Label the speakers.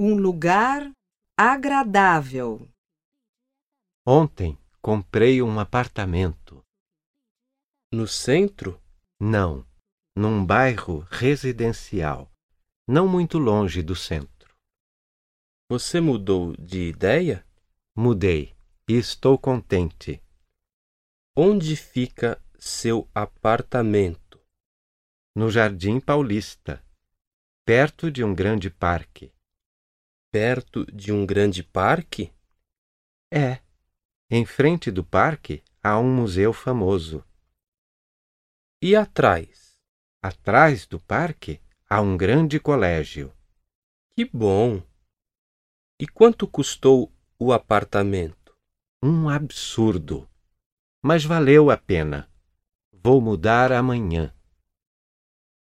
Speaker 1: Um lugar agradável.
Speaker 2: Ontem comprei um apartamento.
Speaker 3: No centro?
Speaker 2: Não, num bairro residencial, não muito longe do centro.
Speaker 3: Você mudou de ideia?
Speaker 2: Mudei e estou contente.
Speaker 3: Onde fica seu apartamento?
Speaker 2: No Jardim Paulista, perto de um grande parque.
Speaker 3: Perto de um grande parque?
Speaker 2: É. Em frente do parque há um museu famoso.
Speaker 3: E atrás?
Speaker 2: Atrás do parque há um grande colégio.
Speaker 3: Que bom! E quanto custou o apartamento?
Speaker 2: Um absurdo. Mas valeu a pena. Vou mudar amanhã.